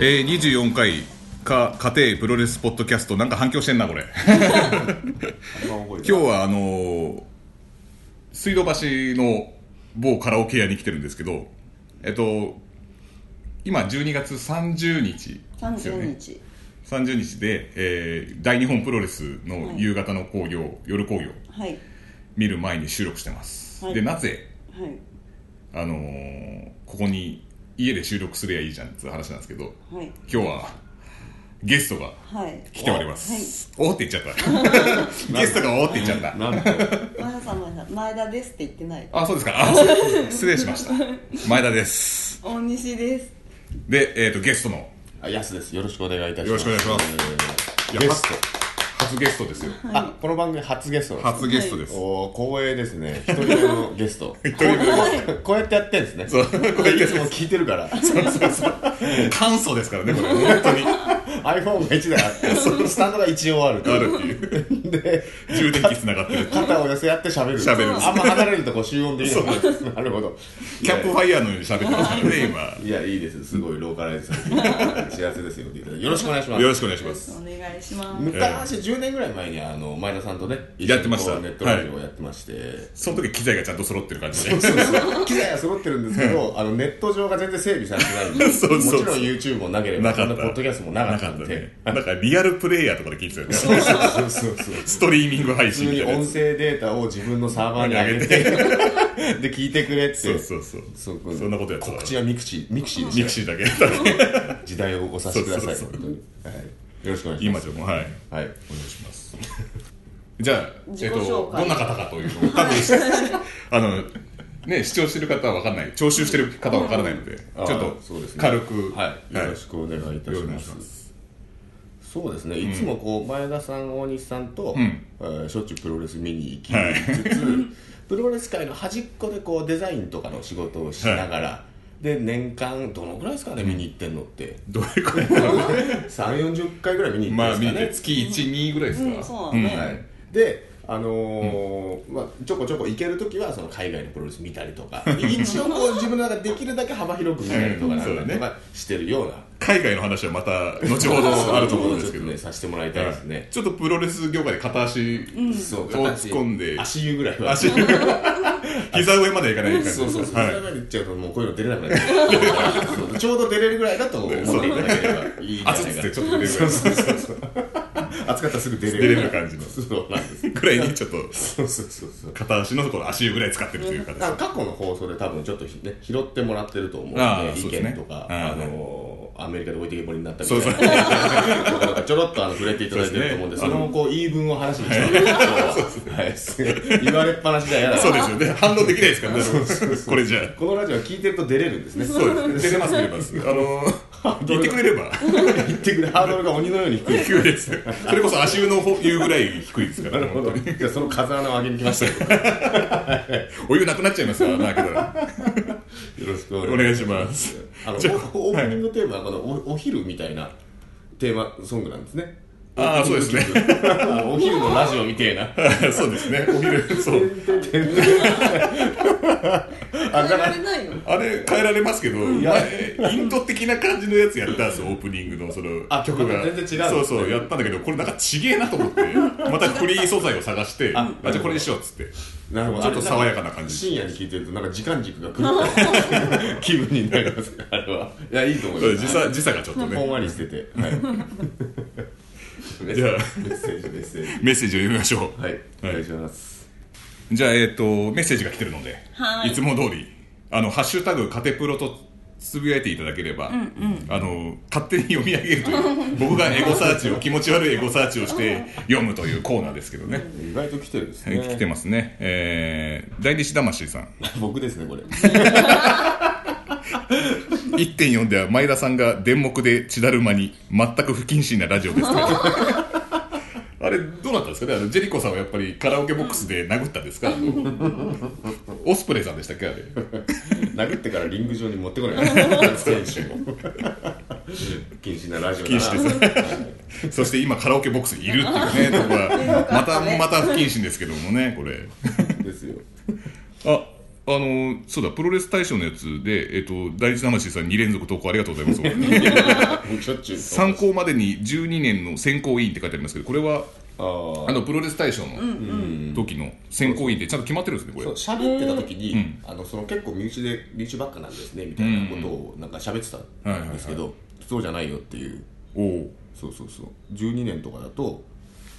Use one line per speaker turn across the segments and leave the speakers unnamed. えー、24回か家庭プロレスポッドキャストなんか反響してんなこれ
今
今日はあのー水道橋の某カラオケ屋に来てるんですけどえっと今12月30日
三
ですよ
十
ね
日、
30日で、えー大日本プロレスの夕方の興行、夜興行
はい
見る前に収録してます、
はい
でなぜ
はい
あのーここに家で収録すればいいじゃんっていう話なんですけど
はい
今日はゲストが
はい
来ております、おおって言っちゃった ゲストがおおって言っちゃった
なんと
前田さん前田さん前田ですって言ってない
あそうですかあ そう失礼しました前田です
大西です
で、えー、とゲストの
あやすですよろしくお願いいたします
よろしくお願いします
えーゲスト
初ゲストですよ
あこの番組初ゲストなんです
初
ね
ゲストです、
おー光栄ですね一人目の ゲスト一人目こうやってやってんですね
そうこうやってやって
つも聞いてるから
簡素ですからねこれ本当に
iPhone が1台あってスタンドが一応ある
あるっていう
で
重点器つながってる
肩を寄せ合って喋る
喋る
あんま離れるとこう集音できないなるほど
キャップファイヤーのように喋ってますからね
いやいいですすごいローカライズされ て幸せですよよろしくお願いしま
今
す
よろしくお願いします
お願いします
昔10年ぐらい前にあの前田さんとね
やってました
一緒にこうネットラジオをやってまして、
その時機材がちゃんと揃ってる感じで
そうそう機材は揃ってるんですけ どあのネット上が全然整備されてないんで
そうそうそう
もちろん YouTube もなければ
なかった
そんなポッドキャストもなか
な
った
かっ
ん
た
で
ねなんかリアルプレイヤーとかで聞いてたよね
そうそうそうそう
ストリーミング配
普通
信み
に
たいなや
音
つ
声データを自分のサーバーに 上げてで聞いてくれって
そうそうそう
そうこう
そんなことやってた
告知はミクシーミクシーで
ミ
し
ク
た
シーだけ
時代をお察しください
そうそうそう
本当にはいよろしくお願いし ま
今じ
す
ゃもうはい
はい
お願いしますじゃあ、
自
えっ
己
と、
紹介
どんな方かというのを多分あのね視聴してる方は分かんない聴衆してる方は分からないのでち
あ
ょ
ー
っと
そうですね
軽く
はい、よろしくお願いいたし
よろしくお願
ま
いし
す。
ま
そうですね、いつもこう前田さん、大西さんと、
ん
えーしょっちゅうプロレス見に行き
はい
つつ、 プロレス界の端っこでこうデザインとかの仕事をしながら、で年間、どのぐらいですかね、見に行ってんのって、
どれくらいなの
3、40回ぐらい見に行
ま
っ
あ
て
見
ん
て
ですか
月12ぐらいですか、
うんそうなんだ
ね。はいであのーまあ、ちょこちょこ行けるときはその海外のプロレス見たりと か一応こう自分の中でできるだけ幅広く見たりとかなん
う
か
んそう
と
だ
かしてるような
海外の話はまた後ほどあると思うんですけど
ちょっねさせてもらいたいですね、
ちょっとプロレス業界で片足
そう
を突っ込んで
足湯ぐらいは
足膝上までいかない感じ
そうそうそう、
は
はいい、まで行っちゃうともうこういうの出れなくなっちゃうそうちょうど出れるぐらいだと思っていただければいいんじゃないかな
熱っつってちょっと出れ るぐらい
そうそうそう暑かったらすぐ出れる
出れる感じの
そうなんです
ぐらいにちょっと
そうそうそうそう
片足のところ足湯ぐらい使ってるという形
なんか過去の放送で多分ちょっとひね拾ってもらってると思うんで
ああそうです
意
ね
見とか、
はい
あのアメリカで置いてけぼりになったみた
そう
い
そう
なところがちょろっとあの触れていただいてると思うんで
そ
そう
ですね
のこう言い分を話に してはいす言われっぱなしじゃ嫌だ
そうですよね反応できないですからね これじゃあ
このラジオは聞いてると出れるんですね
そうですね出れます出 れますあのー言ってくれれば
言ってくれハードルが鬼のように低い
低いですそれこそ足湯の方湯ぐらい低いですから
なる
ね
ほ
本当
ど
に
じゃあその風穴を上げに来ましたよ
お湯なくなっちゃいますからなけど
よろし くお
お願いします
あの
じゃあ
オオープニングテーマはこのおお昼みたいなテーマソングなんですね
ああそうですね
あのお昼のラジオみた いな
そうですねお昼そう
あ
変えられないの
あれ変えられますけど
や
前インド的な感じのやつやったんですよオープニングのその
あ曲が全然違うんですね
そうそうやったんだけどこれなんかちげえなと思ってまたフリー素材を探してあじゃあこれにしようっつって
なるほど
ちょっと爽やかな感じ
深夜に聞いてるとなんか時間軸が 狂った気分になりますあれはいやいいと思います
時差時差がちょっ と
ほん
ね
わりしてて、はい、メッセ
じゃあ
ージメッセージ
メッセージを読みましょう
はい、お願いします
じゃあ、えっ、と、メッセージが来てるので、
はい
つも通り、あの、ハッシュタグ、カテプロとつぶやいていただければ、あの、勝手に読み上げると いう、僕がエゴサーチを、気持ち悪いエゴサーチをして読むというコーナーですけどね。
意外と来てるんです
え
ね
ー来てますね。えー、代理士魂さん。
僕ですねこれ
1.4では前田さんが電目で血だるまに、全く不謹慎なラジオですと あれ、 どうなったんですかねあの、ジェリコさんはやっぱりカラオケボックスで殴ったんですかあ のオスプレイさんでしたっけあれ。
殴ってからリング上に持ってこない選手を禁止なラジオだな
禁止そして今カラオケボックスにいるっていうねとこ がまたまた不謹慎ですけどもねこれ
ですよ
ああのそうだプロレス大賞のやつで、えっと、第一魂さん2連続投稿ありがとうございま す
しょっちゅう
参考までに12年の選考委員って書いてありますけどこれは
あ
あのプロレス大賞の時の選考委員ってちゃんと決まってるんですねこ
そう
れ
喋ってた時に、
うん
あのその結構身内で身内ばっかなんですねみたいなことをなんか喋ってたんですけど、そうじゃないよっていう
おお
そうそうそう12年とかだと、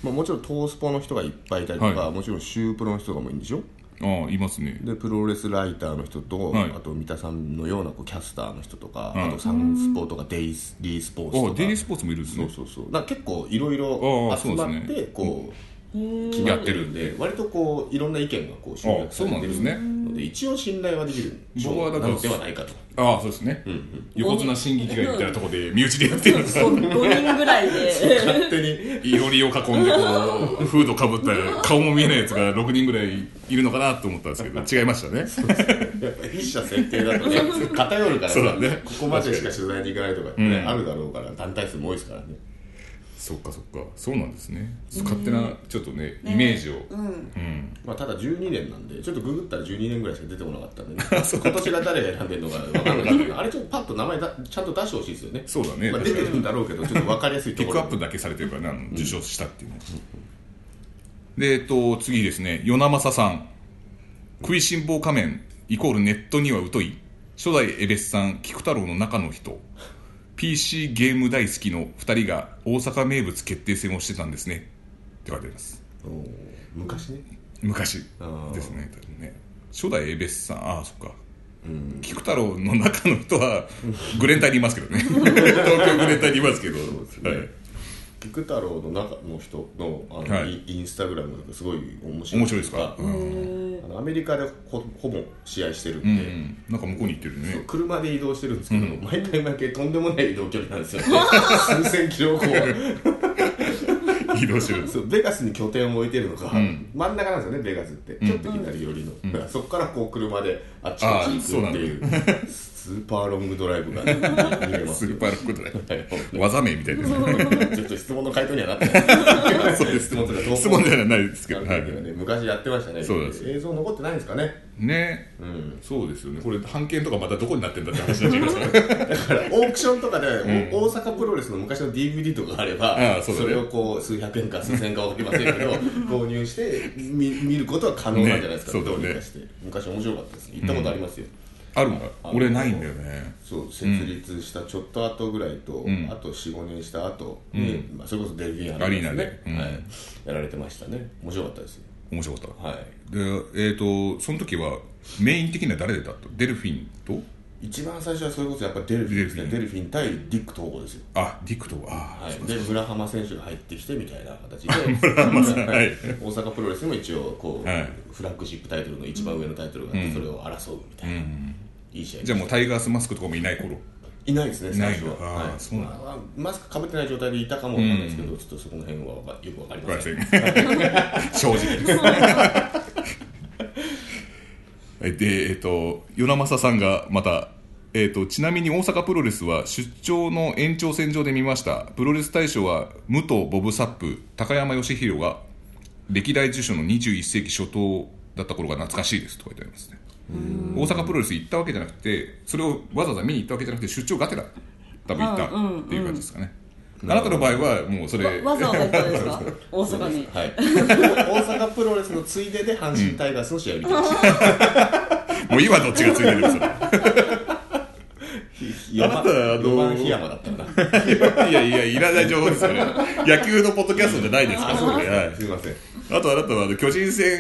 まあ、もちろんトースポの人がいっぱいいたりとか、
は
もちろんシュープロの人とかもいいんでしょ
ああいますね
でプロレスライターの人と、
はい
あと三田さんのようなこうキャスターの人とか、
うん
あとサンスポとかデイスデイスポーツと
あ
か
あデイリースポーツもいるんです
そう
ね
そうそうだから結構いろい
あ
ろ
あ
集ま
そ
っ
うです
て
ね
こう決
や
ま
っ
ってて
る
る
ん
ん
で
で割とこういろんな意見がこう集約されて
ああ
る
そうなん
ので一応信頼はできる
僕はだから
ではない かと
ああそうですね横綱審議会みたいなところで身内でやってるんです
そう5人ぐらいで
勝手に
いろりを囲んでこうフードかぶった顔も見えないやつが6人ぐらいいるのかなと思ったんですけど 違いましたね
やっぱ一社選定だとね 偏るから
そうだね
ここまでしか取材に行かないとかってね、
うん
あるだろうから団体数も多いですからね
そっかそっかそうなんですね勝手なちょっとねイメージを
うん
うん
まあ、ただ12年なんでちょっとググったら12年ぐらいしか出てこなかったんで、ね、今年が誰が選んでるのか分かんないですけどあれちょっとパッと名前だちゃんと出してほしいですよね
そうだね
まあ、出てるんだろうけどちょっと分かりやすい
ピ
と
ッ
こ
ク
ろ
アップだけされてるからねあの受賞したっていうねでえっと次ですね与那政さん食いしん坊仮面イコールネットには疎い初代エベスさん菊太郎の中の人 PC ゲーム大好きの2人が大阪名物決定戦をしてたんですねって書いてあります
おー昔ね
昔
あー
ですね多分ね初代エベスさんああそっか
うん
菊太郎の中の人はグレン隊にいますけど ね東京グレン隊にいますけど
すね
はい
菊太郎の中の人のあの、
はい
インインスタグラムがすごい面白い
面白いですか、うん
あのアメリカでほほぼ試合してるん
う
で、
ん、なんか向こうに行ってるね
車で移動してるんですけど、毎回毎回とんでもない移動距離なんですよ、 ね、数千キロをこう
移動してるんです
そうベガスに拠点を置いてるのか、
ん
真ん中なんですよねベガスってちょっと左寄りの、だからそこからこう車であっちこっち行くっていうスーパーロングドライ ブが見れます
ス
よ
ーパーロックドライ ブ
は
技名みたいですね
いちょっと質問の回答にはなってない
そうです
質問とか投稿
質問ではないですけ
な
ど、
ん
は
だ
い
けどね昔やってましたね
そうです
映像残ってないんですかね、
ね
うん、
そうですよねこれ判件とかまたどこになってんだって話になっちゃいますから
だからオークションとかで、お大阪プロレスの昔の DVD とかあれば
ああそうだね
れをこう数百円か数千円かわかりませんけ ど購入してみ見ることは可能なんじゃないですか、
ねそうだ
ど
ね
うにかして昔面白かったです行ったことありますよ、
あるんだ俺ないんだよね
そう設立したちょっと後ぐらいと、
ん
あと45年した後に、まあ、それこそデルフィンアリーナです
アリー
ね
ナで
はい、やられてましたね面白かったですよ
面白かった
は
でえっ、とその時はメイン的には誰でだったデルフィンと
い一番最初はそれこそやっぱデルフィンですね
デ
デルフィン対ディック東郷ですよ
あディクトあ
はい、で村浜選手が入ってきてみたいな形 で村
浜さん
は
はい
い、 大阪プロレスにも一応こう、
はい
フラッグシップタイトルの一番上のタイトルがあって、それを争うみたいな、いい試合
じゃあもうタイガースマスクとかもいない頃
いないですね
いな
最
い
初は、
あー
はい
そうなんだ
まあマスクかぶってない状態でいたかもわかんないですけど、ちょっとそこの辺はわかよくわかり
ごめん
ま
な
せ
さ
ん
い 正直ですえでえっと与那政さんがまた、えっとちなみに大阪プロレスは出張の延長線上で見ましたプロレス大賞は武藤ボブ・サップ高山義弘が歴代受賞の21世紀初頭だった頃が懐かしいですと書いてありますね大阪プロレス行ったわけじゃなくてそれをわざわざ見に行ったわけじゃなくて出張がてら多分行ったっていう感じですかね、あなたの場合はもうそれ
わわざわざ行ったんですか大阪に
はい、大阪プロレスのついでで阪神タイガースの試合を見てました、
もう今どっちがついてるんですよ
4番
あなたあのー
4番檜山だったん だ
いやいや、いらない情報ですよね。野球のポッドキャストじゃないですから、それ。はい
すいません
あとあなたはあの巨人戦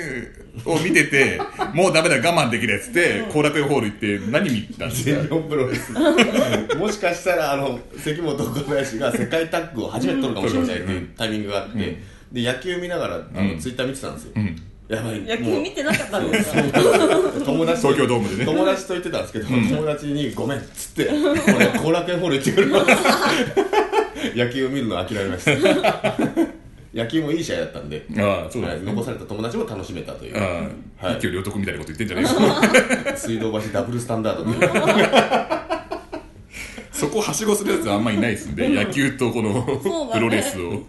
を見てて、もうダメだ、我慢できないっつって、後楽園ホール行って何見たんです
全
か
日本プロレスもしかしたらあの関本岡林が世界タッグを初めて取るかもしれないっていうタイミングがあって、で野球見ながらあの、ツイッター見てたんですよ、やばい
野球見てなかったんですか
もう友達と
東京ドームでね
友達と言ってたんですけど、友達に「ごめん」っつって「俺後楽園ホール行ってくるわ」野球を見るの諦めました野球もいい試合だったんで、
ああ、そうだ
はい
ね。
残された友達も楽しめたという
ああ、
は
一
い
挙両得みたいなこと言ってんじゃないですか。
水道橋ダブルスタンダードという
そこはしごするやつはあんまりいないですんで、野球とこの
そうだね
プロレスを。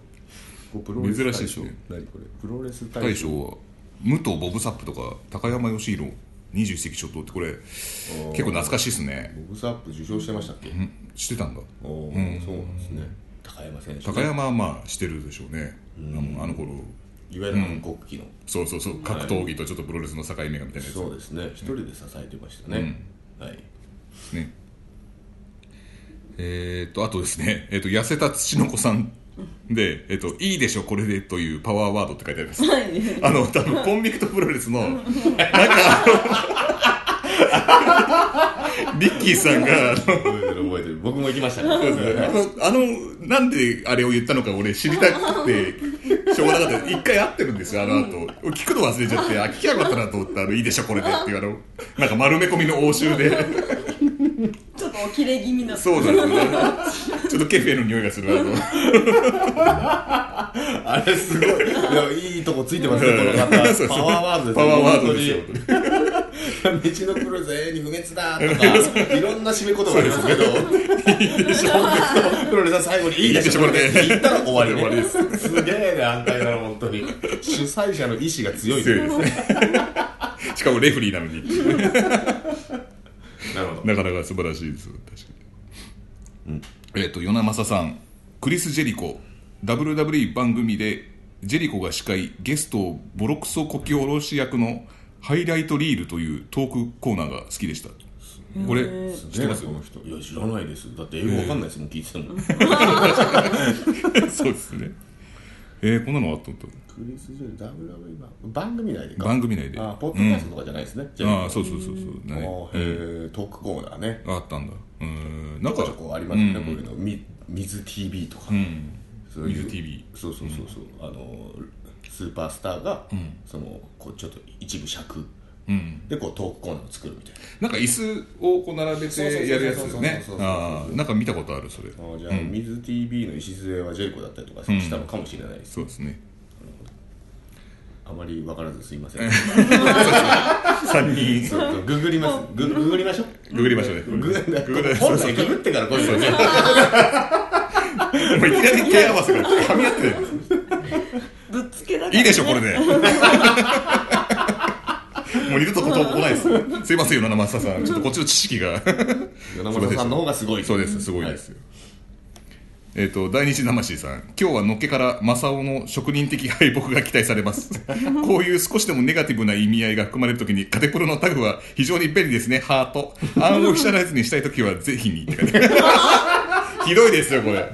プロレス大
珍
賞
しいでしょ
何これプロレス大
大
賞
将は、武藤ボブサップとか、高山義弘21世紀初頭ってこれ結構懐かしいですね
ボブサップ受賞してましたっけ、
してたんだ
おーそうなんですね高山選手
高山はまあしてるでしょうねあのあの頃
いわゆる暗黒期の、
そうそうそう格闘技とちょっとプロレスの境目がみたいなやつ
そうですね一人で支えてましたね、はい
ねえー、とあとですね、 えー、と痩せた土の子さんで、えーと「いいでしょこれで」というパワーワードって書いてあります
はい
あの多分コンビクトプロレスの なんかあの リッキーさんがあの
覚えてる覚えてる僕も行き ましたね
あのなんであれを言ったのか俺知りたくてしょうがなかった一回会ってるんですよあの後聞くの忘れちゃってあ聞きゃよかったなと思ったあのいいでしょこれでっていうあのなんか丸め込みの応酬で
ちょっとお切れ気味な
そうなんですよねちょっとケフェの匂いがするあの
あれすごいいやいいとこついてますねこの方
そうそう
パワーワードです
パワーワードですよ
本当に道のプロレス永遠に不滅だと かいろんな締め言葉ありますけどプロレスは最後にいいでしょこれで言ったら終わ り
終わりです
すげえね反対だな本当に主催者の意志が強い
強い
ね
ですね しかもレフリーなのに
なるほど
なかなか素晴らしいです確かに、えっ、と与那正さんクリス・ジェリコ WWE 番組でジェリコが司会ゲストをボロクソこき下ろし役のハイライトリールというトークコーナーが好きでしたこれ知ってます
この人いや知らないですだって英語わかんないですもん聞いてたもんク
そうですねえー、こんなのあったんだ
リス・ジェル WWE 番組内でか
番組内で
あ
あ
ポッドキャストとかじゃないですねじゃ
あーそうそうそうそう
あ
ね
ーへートークコーナーね
あったんだうーんなん
ちょ
か
こちょこありますね、こういうのみ水 TV とか、そういう
水 TV
そうそうそうそう、あのスーパースターが、そのこうちょっと一部尺、でこうトークコーナーを作るみたい
な
な
んか椅子をこう並べてやるやつですね
そう
あ
そうそうそうそうそうそうそう
あなんか見たことあるそれ
あーじゃあ、水 TV の礎はジェイコだったりとかしたのかもしれないです、
そうですね
あまり分からずすいませ ん
3人
そうググりますグググりましょう
ググりましょうね
ググ
ググ
本来ググってからこういうのね
もういきなり手合わせが噛み合ってる
ぶっつけだから、
いいでしょこれでもう二度とこと来ないですすいませんよ七松さんちょっとこっちの知識が
米村さんの方がすごい
そうですすごいですよ、えっ、と第日魂さん今日はのっけから正雄の職人的敗北が期待されます こういう少しでもネガティブな意味合いが含まれるときにカテプロのタグは非常に便利ですねハート暗号記者のやつにしたいときはぜひにって感じ ひどいですよこれ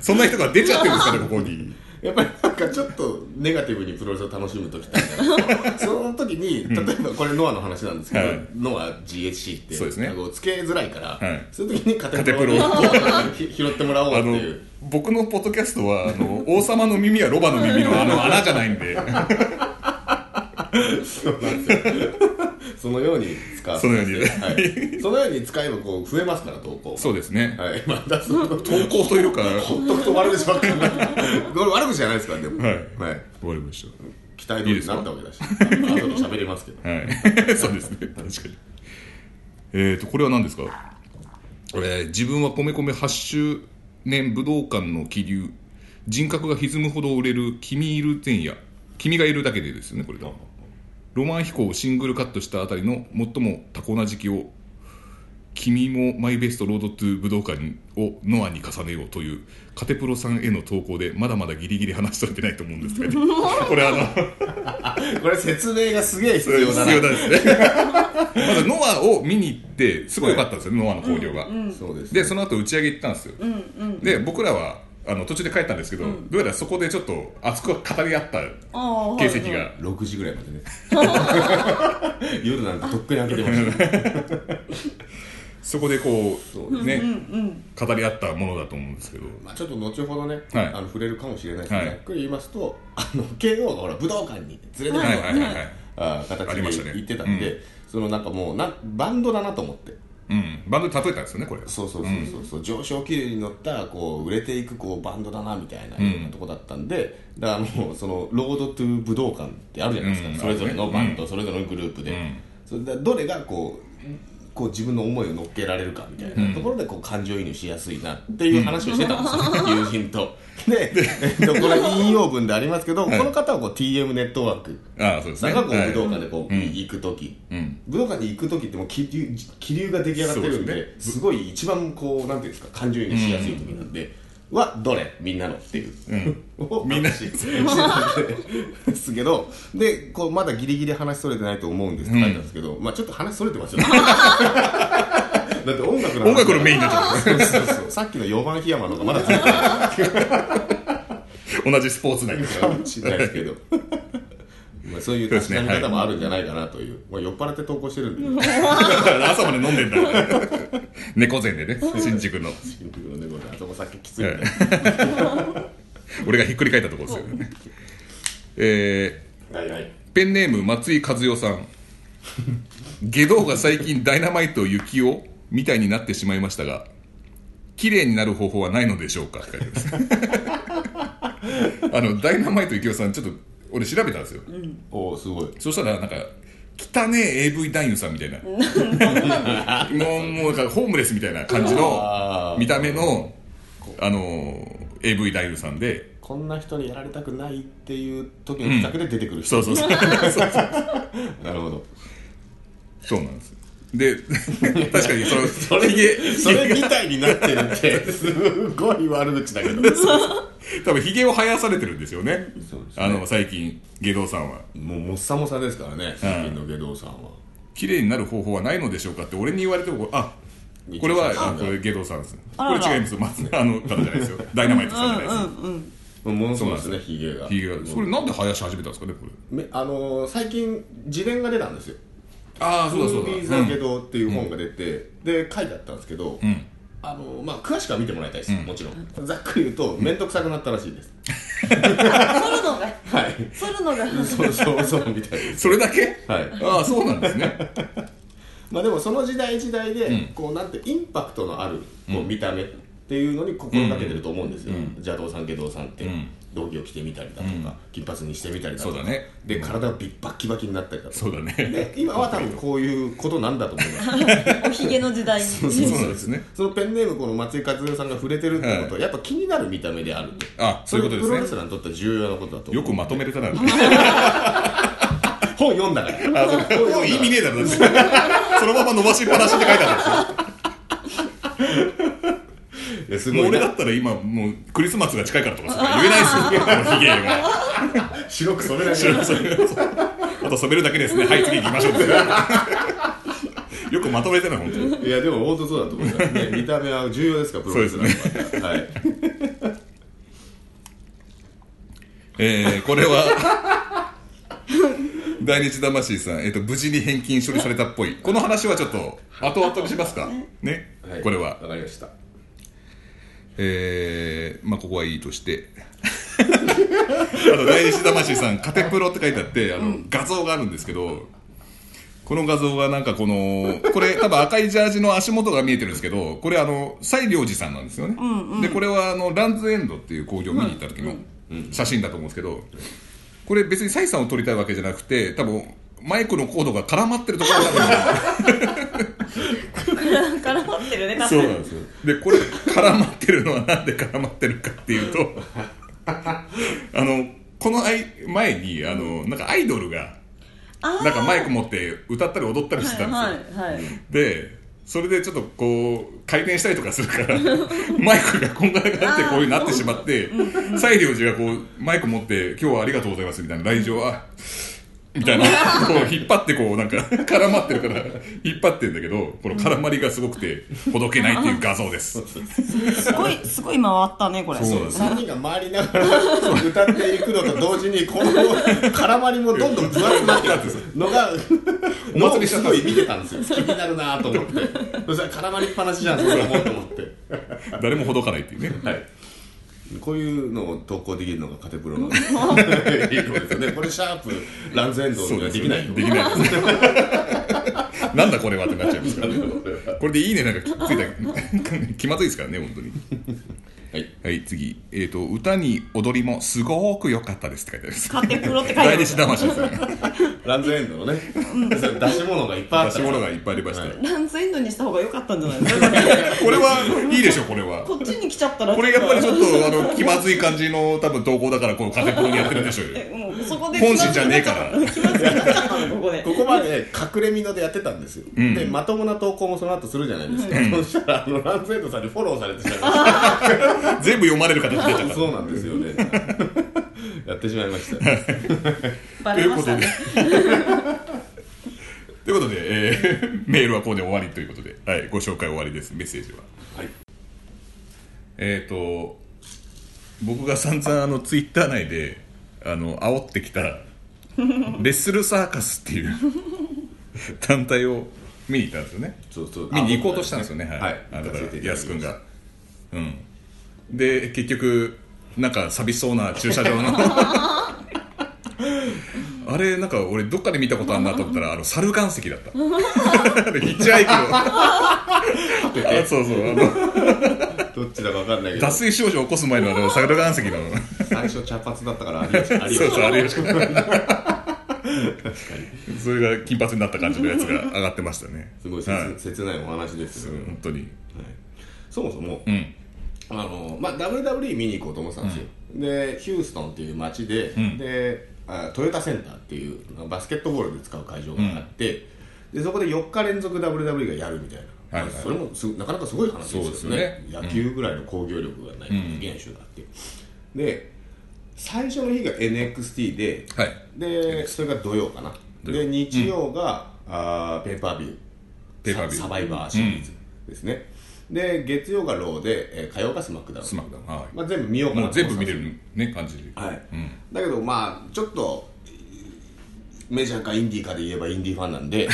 そんな人が出ちゃってるんですかねここに
やっぱりなんかちょっとネガティブにプロレスを楽しむ時ってあるじゃないその時に例えばこれノアの話なんですけど、
はい
ノア GHC って
そうですね
タグをつけづらいから、
はい
そういう時にカテ
カテプ
プロ
ロ
を
を
ひ拾ってもらおう
あ
って
の
いう
僕のポッドキャストはあの王様の耳はロバの耳のあの穴じゃないんで
そうなんですよそのように使う
そのように
はい、そのように使えばこう増えますから投稿
そうですね
はいまたその
投稿というか
ほっとくと悪口ばっかりこれ悪口じゃないですからでも
はい
はい、
終わりまし
期待通りになったわけだしあとで喋りますけど
たはい そうですね確かにえっとこれは何ですかこれ自分は米米8周年武道館の気流人格が歪むほど売れる君いる前夜君がいるだけでですねこれとロマン飛行をシングルカットしたあたりの最も多幸な時期を「君もマイベストロードトゥ武道館をノアに重ねよう」というカテプロさんへの投稿でまだまだギリギリ話しとれてないと思うんですけどこれあの
これ説明がすげえ必要だな
必要なんですね まずノアを見に行ってすごい良かったんですよ、ノアの興行が、
そうですね
でその後打ち上げ行ったんですよ、で僕らはあの途中で帰ったんですけど、どうやらそこでちょっと熱く語り合った
ああはい
形跡が、
6時ぐらいまで ね夜なんてとっくに明けてました ね
そこでこう
そうで
ね、語り合ったものだと思うんですけど
まあちょっと後ほどね、
はい
あの触れるかもしれないですけど、
はい
ざっくり言いますとあの慶応がほら武道館に連れてくる
はいはい
みたい
は
ない
はい
あー
ありまし
形
たね
で言ってたんで、そのなんかもうなバンドだなと思って
うん、バンドで例えたんですよねこれ
そうそうそうそうそう、上昇気流に乗ったこう売れていくこうバンドだなみたいな,、とこだったんでだからもうそのロードトゥ武道館ってあるじゃないですか、
うん
それぞれ
あ
の
るね
バンド、それぞれのグループで、それでどれがこうこう自分の思いを乗っけられるかみたいなところでこう感情移入しやすいなっていう話をしてたんですよ、友人と。で、えっと、これ引用文でありますけど、この方はこう TM ネットワーク
ああそうです
な
ね
んかこう
はい
武道館でこう行く時、
ん
武武道館に行く時ってもう気流気流が出来上がってるん
そう
で
です
す,、ごい一番こうなんていうんですか感情移入しやすい時なんで、はどれみんなのっていう、 を
みんな
話してたんですけどでこうまだギリギリ話それてないと思うんですって書いてあるんですけど、まあちょっと話それ てますよだって音楽の話
音楽のメインになっちゃう
そうそうそうさっきの4番檜山のがまだ続いてる
同じスポーツ内です
か
か
もしれないですけど まあそういう確かめ方もあるんじゃないかなというまあ、酔っ払って投稿してるんで
ら朝まで飲んでんだからね猫背でね新宿の
新宿の猫であそこさっききついんだよ
俺がひっくり返ったところですよねえー
はいはい
ペンネーム松井和代さん下道が最近ダイナマイト雪をみたいになってしまいましたが綺麗になる方法はないのでしょうかって書いてますあのダイナマイト雪代さんちょっと俺調べたんですよ、
おおすごい
そしたらなんか汚ねえ AV 男優さんみたいなもうもうなんかホームレスみたいな感じの
あー
見た目のあのー AV 男優さんで
こんな人にやられたくないっていう時の企画で出てくる人、
そうそうそうそうそう
なるほど
そうなんですよで確かにそのそれ
それみたいになってるってすごい悪口だけど
多分ひげを生やされてるんですよね
そうですね
あの最近芸道さんは
もうもっさもさですからね最近の下道さんは、
綺麗になる方法はないのでしょうかって俺に言われてもあこれはあこれ芸道さんですこ
あら
れ
ら
違います松あの方じゃないですよダイナマイトさんじゃないですよ
ものすごいですねヒゲが
ひげがそれなんで生やし始めたんですかねこれ
めあのー最近自伝が出たんですよ
ああ
ムービーザゲドっていう本が出て、で書いてあったんですけど、
ん
あのまあ詳しくは見てもらいたいです、もちろんざっくり言うと面倒くさくなったら しいです、
剃るのが
はい
剃るのが
そうそうそうみたいです
それだけ
はい
ああそうなんですね
まあでもその時代時代で、
うん
こうなんてインパクトのあるこう見た目っていうのに心がけてると思うんですよ、邪道さん下道さんって、
うん
道着を着てみたりだとか、金髪にしてみたりだとか
そうだね
で体がビッバッキバキになったりだとか
そうだね
で今は多分こういうことなんだと思います
おひげの時代に
そうなんですね
そのペンネームこの松井和代さんが触れてるってことはやっぱ気になる見た目であると
あそういうことですね
れプロレスラーにとっては重要なことだと思う
よくまとめれたな
本読んだからあ
もう意味ねえだろだってそのまま伸ばしっぱなしって書いてあったんですよ
えす
もう
ごい
俺だ
な
ったら今もうクリスマスが近いからとかそんな言えないですよもうひげが
白くそれだけ
白く染めるあと染めるだけですねはい次行きましょうってよくまとめてない本当に
いやでも本当そうだと思いますね見た目は重要ですからプロレスラーは、はい
えー、これは大日魂さん、えっと無事に返金処理されたっぽいこの話はちょっと後々にしますかね、
はい
これは
わかりました
えー、まあここはいいとしてあの大西魂さん「カテプロ」って書いてあってあの、画像があるんですけどこの画像がなんかこのこれ多分赤いジャージの足元が見えてるんですけどこれあの西良寺さんなんですよね、でこれはあのランズエンドっていう工業見に行った時の写真だと思うんですけどこれ別に西さんを撮りたいわけじゃなくて多分マイクのコードが絡まってるところがあるんですよ
絡まってるね
そうなんですよでこれ絡まってるのはなんで絡まってるかっていうと あのこのあい前にあのなんかアイドルが
あー
なんかマイク持って歌ったり踊ったりしてたんですよ、
はいはいはい
でそれでちょっとこう回転したりとかするから マイクがこんがらがってこういうなってしまって西良寺がこうマイク持って「今日はありがとうございます」みたいな来場はみたいなこう引っ張ってこうなんか 絡まってるから引っ張ってんだけどこの絡まりがすごくてほどけないっていう画像です
すごいすごい回ったねこれ
そうなんです
3人が回りながら歌っていくのと同時にこの絡まりもどんどん分厚くなってくるのが
お祭りしちゃ
す
った
ごい見てたんですよ気になるなと思ってそしたら絡まりっぱなしじゃんそんなもんと思って
誰もほどかないっていうね
はいこういうのを投稿できるのがカテプロの いいことですよねこれシャープランズエンド
そう
には
です
で
よ
きないよ
できないです なんだこれはってなっちゃいますからねこれでいいねなんかついた ら気まずいですからね本当に
はい
はい、次、えーと、歌に踊りもすごく良かったですって書いてあります。
買ってプロって書いてあ
大
る
西魂さん。
ランズエンドのね出し物がいっぱいあ
出
った
し物がいっぱいありましたよ、
は
ランスエンドにした方が良かったんじゃ ないですかだって
これはいいでしょこれは
こっちに来ちゃったら
これやっぱりちょっとあの気まずい感じの多分投稿だからこのカテプロにやってるんでしょうよ
えもうそこで
本心じゃねえから
気まずくなっちゃったのここで
ここまで隠れみのでやってたんですよ、
ん
でまともな投稿もその後するじゃないですか、そしたらあのランズエンドさんにフォローされてしまいました
全部読まれる形でした
そ
か
うなんですよねやってしまいました
バ
らと
レ
いう
ま
こ
し
と
た
で
ね
ということで、えーメールはここで終わりということで、はい、ご紹介終わりですメッセージは
はい
えっ、と僕が散々あのツイッター内であの煽ってきたレッスルサーカスっていう団体を見に行ったんですよね
そうそう
見に行こうとしたんですよねはい、
はい
あのだか
行かせて
ら
いただ
安
きました
くんがうんで結局なんか寂しそうな駐車場 のあれなんか俺どっかで見たことあるなと思ったらあの猿岩石だった あのヒッチハイクのあそうそうあの
どっちだか分かんないけど
脱水症状を起こす前のあの桜岩石なの
最初茶髪だったから有吉有吉
そうそう有吉君確かにそれが金髪になった感じのやつが上がってましたね
すごい切,、
はい
切ないお話ですよね、
本当に
はいそもそも、
うん
あのまあ、WWE 見に行こうと思ってたんですよ、でヒューストンっていう街で,、
ん
であトヨタセンターっていうバスケットボールで使う会場があって、でそこで4日連続 WWE がやるみたいな、
はいはい
それもすなかなかすごい話ですよね
そうです
野球ぐらいの興行力がない現象があって、で最初の日が NXT で、
はい
でそれが土曜かな
土曜
で日曜が、あーペーパービュー
ペーパービュー
ササバイバーシリーズですね、で月曜がローで、えー火曜がスマックダウン
スマックダウンはい
まあ、全部見ようかな
もう
と
全
思
部
っ
見
て
れ
たんで
るね感じ
すよはい、
うん
だけどまあちょっとメジャーかインディーかで言えばインディーファンな んで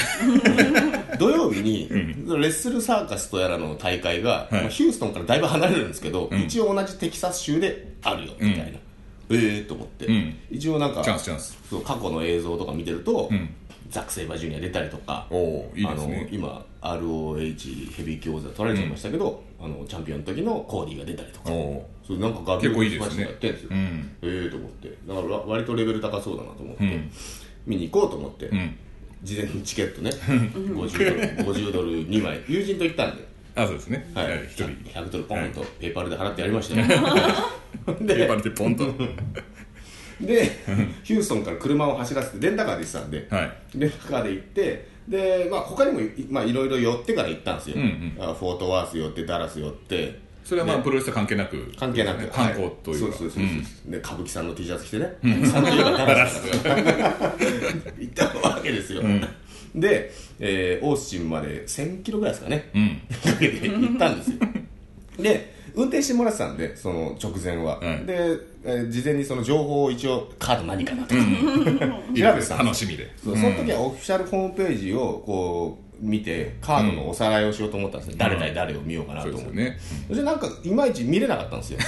土曜日にレッスルサーカスとやらの大会が、
はい
まあヒューストンからだいぶ離れるんですけど、一応同じテキサス州であるよみたいな、ええー、と思って、
ん
一応なんか
チャンスチャンス
そう過去の映像とか見てると、
ん
ザック・セイバージュニア出たりとか
おおいいです
あの
ね
今 ROH ヘビー級王座取られちゃいましたけど、あのチャンピオンの時のコーディが出たりとか
おお
そうなんか画
結構いいですね
やってんですよ、
うん
ええと思ってだからわ割とレベル高そうだなと思って、
うん
見に行こうと思って、
うん
事前にチケ ットね50ドル50ドル2枚友人と行ったんで、
あそうですねは
はいい、
一人
100ドルポンとペーパルで払ってやり ましたよ、
ペーパーでポンと
でヒューストンから車を走らせてレンタカーで行ってたんで、
はい
レンタカーで行ってで、まあ、他にもい,、まあ、いろいろ寄ってから行ったんですよ、
うんうん
あフォートワース寄ってダラス寄って
それはまあプロレスと関係なく
関係なく
観光という
は
か
そうそうそうそう、で歌舞伎さんの T シャツ着てね、30がダラス行ったわけですよ、で、えー、オースチンまで1000キロぐらいですかね、
うん
かけて行ったんですよで運転してもらってたんでその直前は、
うん
で、えー事前にその情報を一応カード何かなと
い
か、
い
調べ
で
て
すね
たんで
楽
す
しみで
そうその時はオフィシャルホームページをこう見てカードのおさらいをしようと思ったんですよ、誰対誰を見ようかなと
そうですよ
思って、
ね
それでなんかいまいち見れなかったんですよ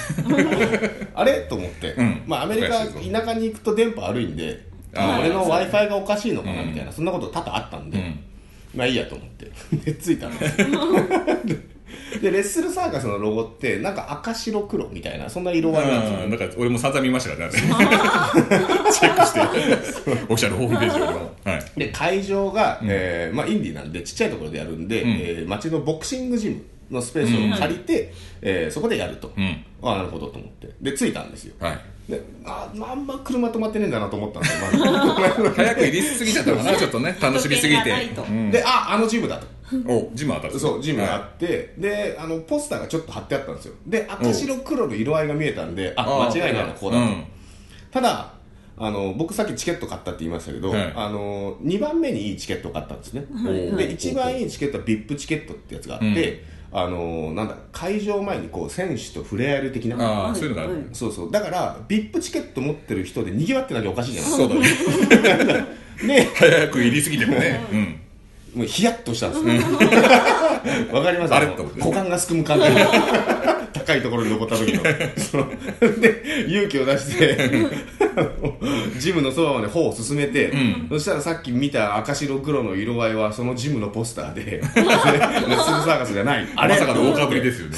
あれと思って、
ん
まあ、アメリカ
おかしいぞ
田舎に行くと電波悪いんで
あー
俺の w i f i がおかしいのかなみたいな、そんなこと多々あったんで、まあいいやと思ってでついたんで すよでレッスルサーカスのロゴってなんか赤白黒みたいなそんな色合いなんですよ
あーなんか俺も散々見ましたからね チェックしてオフィシャルホームページをはい
で会場が、えーまあ、インディーなんでちっちゃいところでやるんで、えー町のボクシングジムのスペースを借りて、えーそこでやると、
ん
ああなるほどと思ってで着いたんですよ
はい
でああんま車止まってねえんだなと思ったんですよ、ま ず
早く入りすぎちゃったかなちょっとね楽しみすぎて
人気が
う
なん
でああのジムだと
おジム当たる
そうジムがあ
は
って、であのポスターがちょっと貼ってあったんですよで赤白黒の色合いが見えたんであ
あー
間違いないなこうだ
う
と、
ん
ただあの僕さっきチケット買ったって言いましたけど、
はい
あの2番目にいいチケットを買ったんですね、
い
で一番いいチケットは VIP チケットってやつがあって、あのなんだ会場前にこう選手と触れ合える的な
ああそういうのがある
そうそうだから VIP チケット持ってる人で賑わってなきゃおかしいじゃない
そうだね
で
早く入りすぎてもねうん
もうヒヤッとしたんですね わかります
あれ
の
と思って
股間がすくむ感じ高いところに登った時のそので勇気を出してあのジムのそばまで歩を進めて、そしたらさっき見た赤白黒の色合いはそのジムのポスターでレッスルサーカスじゃないあ
ま
れ
さかの大かぶりですよね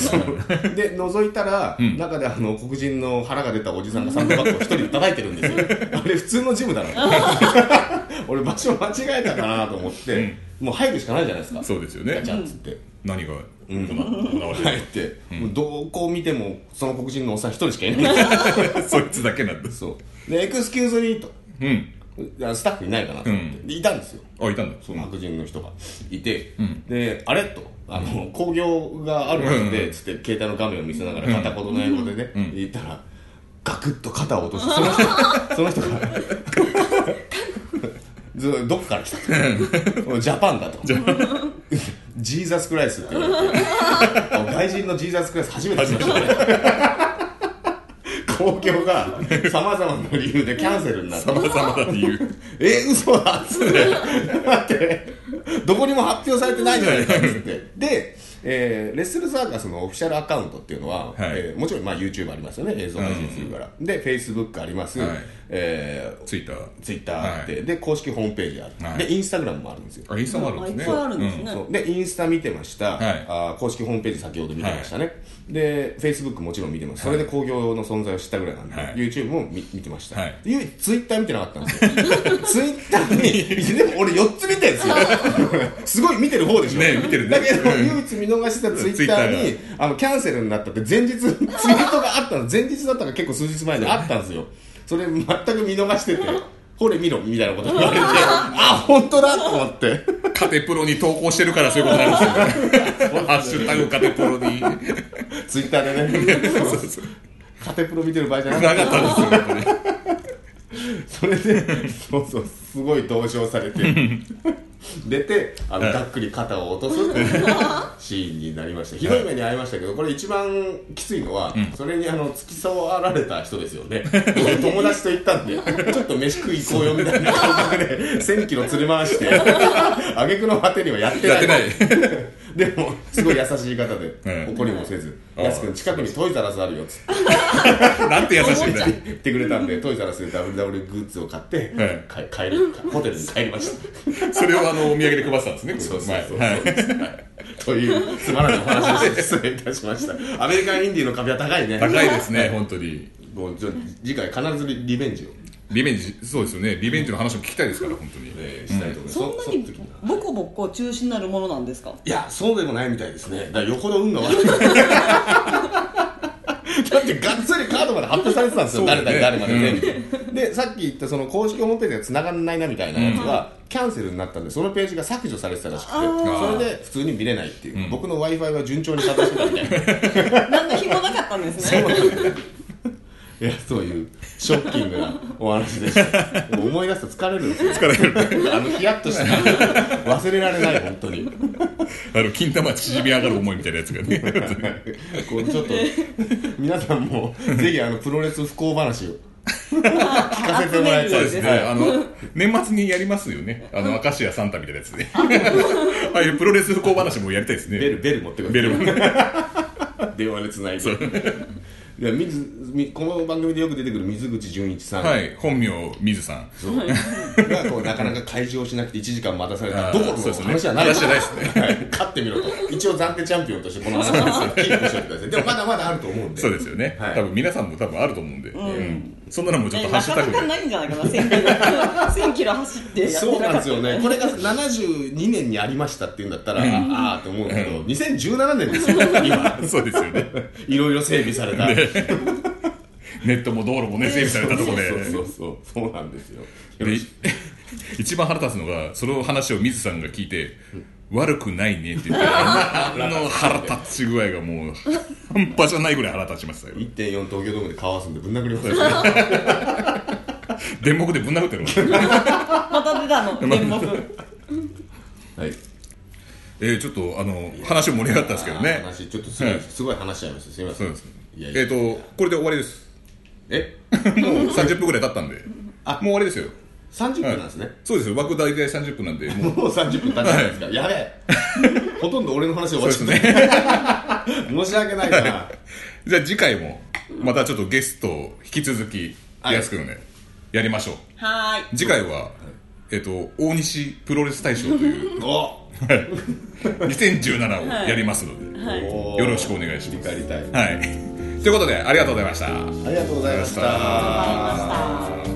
で覗いたら、中であの黒人の腹が出たおじさんがサンドバッグを一人叩いてるんですよあれ普通のジムだろ俺場所間違えたかなと思って、もう入るしかないじゃないですか
そうですよね
ガチャっつって、
何が
うん
行わ
入
れ
って、もうどこを見てもその黒人のおっさん一人しかい ない
てるそいつだけなんです
そうでエクスキューズリーと
うん
いやスタッフいないかなと思って、
う
でいたんですよ
あいたんだ
その白人の人がいて、
ん
であれとあの興行があるので、
うん
つって携帯の画面を見せながら片言の英語でね、
ん
言ったらガクッと肩を落としてその 人その人がずどっから来たとジャパンだとジーザスクライスって言われて 外人のジーザスクライス初めて聞きましたね 興行がさまざまな理由でキャンセルになって
様々だっていう
え嘘だっつって待ってどこにも発表されてないじゃないかっつってで、えーレッスルサーカスのオフィシャルアカウントっていうのは、えーもちろんまあ YouTube ありますよね映像配信するから、で Facebook あります、
はい
え
ついた
ー、Twitter あって、で公式ホームページあって、
はい
で Instagram もあるんですよ
あインスタもあるんですね
いっぱいあるんですね
そうでインスタ見てました、
はい
あー公式ホームページ先ほど見てましたね、でフェイスブックもちろん見てますそれで興行の存在を知ったぐらいなんで、
はい
YouTube も見見てました、
はい
唯一ツイッター見てなかったんですよツイッターにで も俺4つ見てるんですよすごい見てる方でしょ
ね見てるね
だけど
うん
唯一見逃したツイッターに
ツ
あのキャンセルになったって前日ツイートがあったの前日だったか結構数日前にあったんですよそれ全く見逃しててこれ見ろみたいなこと言われてあ本当だと思って
カテプロに投稿してるからそういうことになるんですよ ねハッシュタグカテプロに
ツイッターでねカテプロ見てる場合じゃなく
なかったんですよ
それでそうそうすごい同情されて出てあのがっくり肩を落とすっていうシーンになりましたひどい目に遭いましたけどこれ一番きついのは、それにあの付き添われた人ですよね俺友達と行ったんでちょっと飯食い行こうよみ たいな感じで1000キロ連れ回して挙句の果てにはやって
や
な
っ
い
てない
でもすごい優しい方で、
うん
怒りもせず「
ああ
やすくん近くにトイザらスあるよ」っつって
なんて優しいんだ
言ってくれたんでトイザらスで WW グッズを買って、
はい
か帰るかホテルに帰りました
それをあのお土産で配ってたんですねこれ前はい
というつまらないお話で失礼いたしましたアメリカンインディーの壁は高いね
高いですね本当に
もうちょ次回必ずリベンジを、
リベンジそうですよねリベンジの話も聞きたいですから本当に
えーしたいと思います、
そんな
の
に
時は
ボコボコ中止になるものなんですか
いやそうでもないみたいですねだからよほど運が悪いだってがっつりカードまで発表されてたんですよ、
そうだね
誰々誰までね、みたいなでさっき言ったその公式ホームページが繋がんないなみたいなやつは、キャンセルになったんでそのページが削除されてたらしくて
ー
それで普通に見れないっていう、僕の w i f i は順調に稼働してたみたい な
なんか紐なかったんですね
いやそういうショッキングなお話で したもう思い出すと疲れるんですよ疲れるあのヒヤッとした忘れられない本当に
あの金玉縮み上がる思いみたいなやつが ね
こうちょっと 皆さんもぜひあのプロレス不幸話を聞かせてもらいた
そ
い
で
うで
すすね、
ね
あの年末にやりますよねあの明石家サンタみたいなやつ でああいうプロレス不幸話もやりたいですね
ベルベル持ってく
ベ
る
ル
電話でつないで いや水みこの番組でよく出てくる水口純一さん
はい本名水さん
そうがこうなかなか開場しなくて1時間待たされた
あー
どころ
そう
の
ですね
話じゃない
話じゃないですね
はい勝ってみろと一応暫定チャンピオンとしてこの話をキープしておいてくださいでもまだまだあると思うんで
そうですよね、
はい
多分皆さんも多分あると思うんで、うんそんなのもちょっ
ね
とハ
な
ッシュ
か
タ
な
グ
か
で
ないんじゃないかな1000キロ1000キロ走ってやって
そうなんで
かっ
す
た
よね、これが72年にありましたっていうんだったら、ああーって思うけど、2017 年ですよ、今、
そうですよね
いろいろ整備された、
ネットも道路もね整備されたところで
そうそうそう、そうなんですよ、よろ
で
し
一番腹立つのがその話を水さんが聞いて「悪くないね」って言ってあのあの腹立ち具合がもう半端じゃないぐらい腹立ちましたよ
1.4東京ドームで顔合わすんで、ぶん 殴りますよ、
電目でぶん殴ってるの
また出た の天目
はい、
えーちょっとあの話盛り上がったんですけどね
話、ちょっとすご
はい
いすごい話しちゃいました、すみませ、
そうんです
いやいや
えっ、とこれで終わりです
え
もう30分ぐらい経ったんでもう終わりですよ
30分なんですね、
そうですよ枠大体30分なんでもう
もう30分経ったんですか、やべえ、ほとんど俺の話終わっちゃ
そう
っ
で
た、
すね
申し訳ないな、
じゃあ次回もまたちょっとゲストを引き続き
はい
やすくんでやりましょう
はーい
次回は、えっと、大西プロレス大賞という
お
2017をやりますので、
はい
お
よろしくお願いし
振り
ます。
返りたい、
はい、ということでありがとうございました。
ありがとうございました。
ありがとうございました